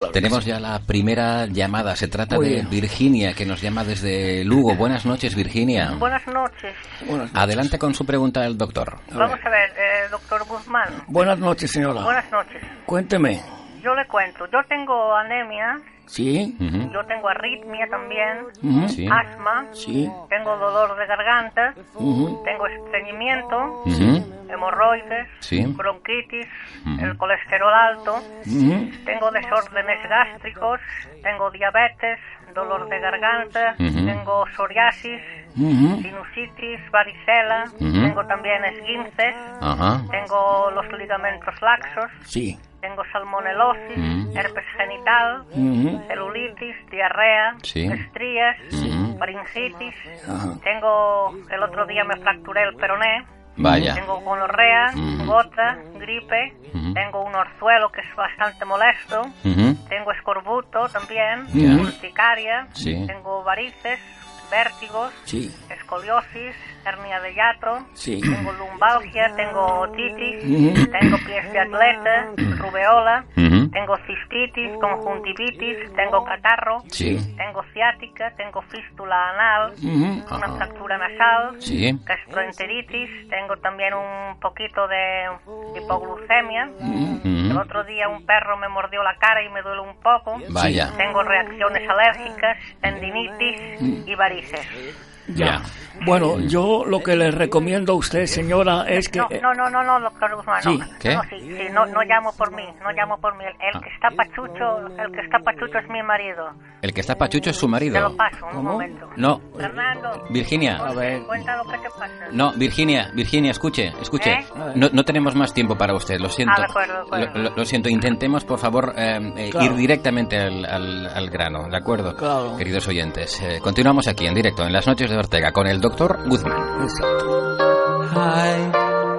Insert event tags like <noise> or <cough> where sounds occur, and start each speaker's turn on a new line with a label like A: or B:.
A: Claro que
B: Tenemos
A: sí.
B: ya la primera llamada. Se trata
C: Muy
B: de
C: bien.
B: Virginia, que nos llama desde Lugo. Buenas noches, Virginia.
D: Buenas noches.
C: Buenas,
B: Adelante con su pregunta al doctor.
C: a
D: Vamos
C: ver. Ah.
D: a ver, eh, doctor Guzmán.
C: Buenas noches, señora.
D: Buenas noches.
C: Cuénteme.
D: Yo le cuento, yo tengo anemia,
C: ¿Sí?
B: Ujú.
D: yo tengo arritmia también,
C: Ujú.
B: Sí.
D: asma,
C: Sí.
D: tengo dolor de garganta,
C: Ujú.
D: tengo estreñimiento,
B: Ujú.
C: Mm.
D: hemorroides,
B: Sí.
D: bronquitis,
B: Ujú.
D: el colesterol alto,
C: Ujú.
D: tengo desórdenes gástricos, tengo diabetes, dolor de garganta,
C: Mm-hmm.
B: Ujú.
D: tengo psoriasis,
C: Ujú.
D: sinusitis, varicela,
B: Ujú.
C: Mm-hmm.
D: tengo también esguinces,
B: Ajá.
D: tengo los ligamentos laxos,
C: Sí.
D: tengo salmonelosis,
B: Mm.
D: herpes genital,
C: Ujú.
D: celulitis, diarrea,
B: Sí.
D: estrías,
B: Mm.
D: faringitis.
C: Ajá.
D: Tengo, el otro día me fracturé el peroné.
B: Vaya.
D: Tengo gonorrea,
B: Mm.
D: gota, gripe.
B: Mm.
D: Tengo un orzuelo que es bastante molesto.
B: Ujú.
D: Tengo escorbuto también,
B: Ya.
D: urticaria.
B: Sí.
D: Tengo varices, vértigos,
C: Sí.
D: escoliosis, hernia de hiato.
B: <clears throat>
C: Sí.
D: Tengo lumbalgia, tengo otitis,
B: Mm.
C: Ujú.
D: tengo pies de atleta, rubeola,
B: Ujú.
D: tengo cistitis,
B: Oh,
D: conjuntivitis, tengo catarro,
B: Sí.
D: tengo ciática, tengo fístula anal,
C: Ujú.
D: una fractura nasal,
B: Ah. Sí.
D: gastroenteritis, tengo también un poquito de hipoglucemia.
B: Mm.
D: El
B: Ujú.
D: otro día un perro me mordió la cara y me duele un poco.
B: Vaya.
D: Tengo reacciones alérgicas, tendinitis
B: Mm.
D: y varices.
B: Ya. Mm.
C: Bueno, yo lo que le recomiendo a usted, señora, es que... eh,
D: No, no, no, no, no, doctor Guzmán, no.
C: Sí.
B: ¿Qué? Ah.
D: No, sí, sí, no, no llamo por mí, no llamo por mí. El que está pachucho, el que está pachucho es mi marido.
B: El que está pachucho es su
D: Te lo
B: marido.
D: paso, un
C: ¿Cómo?
D: momento.
B: No.
D: Fernando,
B: Virginia.
C: ver.
D: cuenta lo que te pasa.
B: No, Virginia, Virginia, escuche, escuche.
D: ¿Eh?
B: No, no tenemos más tiempo para usted, lo siento.
D: Ah, de acuerdo, de acuerdo.
B: Lo, lo- lo siento, intentemos, por favor, eh, eh,
C: Claro.
B: ir directamente al, al- al grano, ¿de acuerdo?
C: Claro.
B: Queridos oyentes, eh, continuamos aquí en directo en las noches de Ortega con el doctor Guzmán.
C: Exacto.
E: Hi,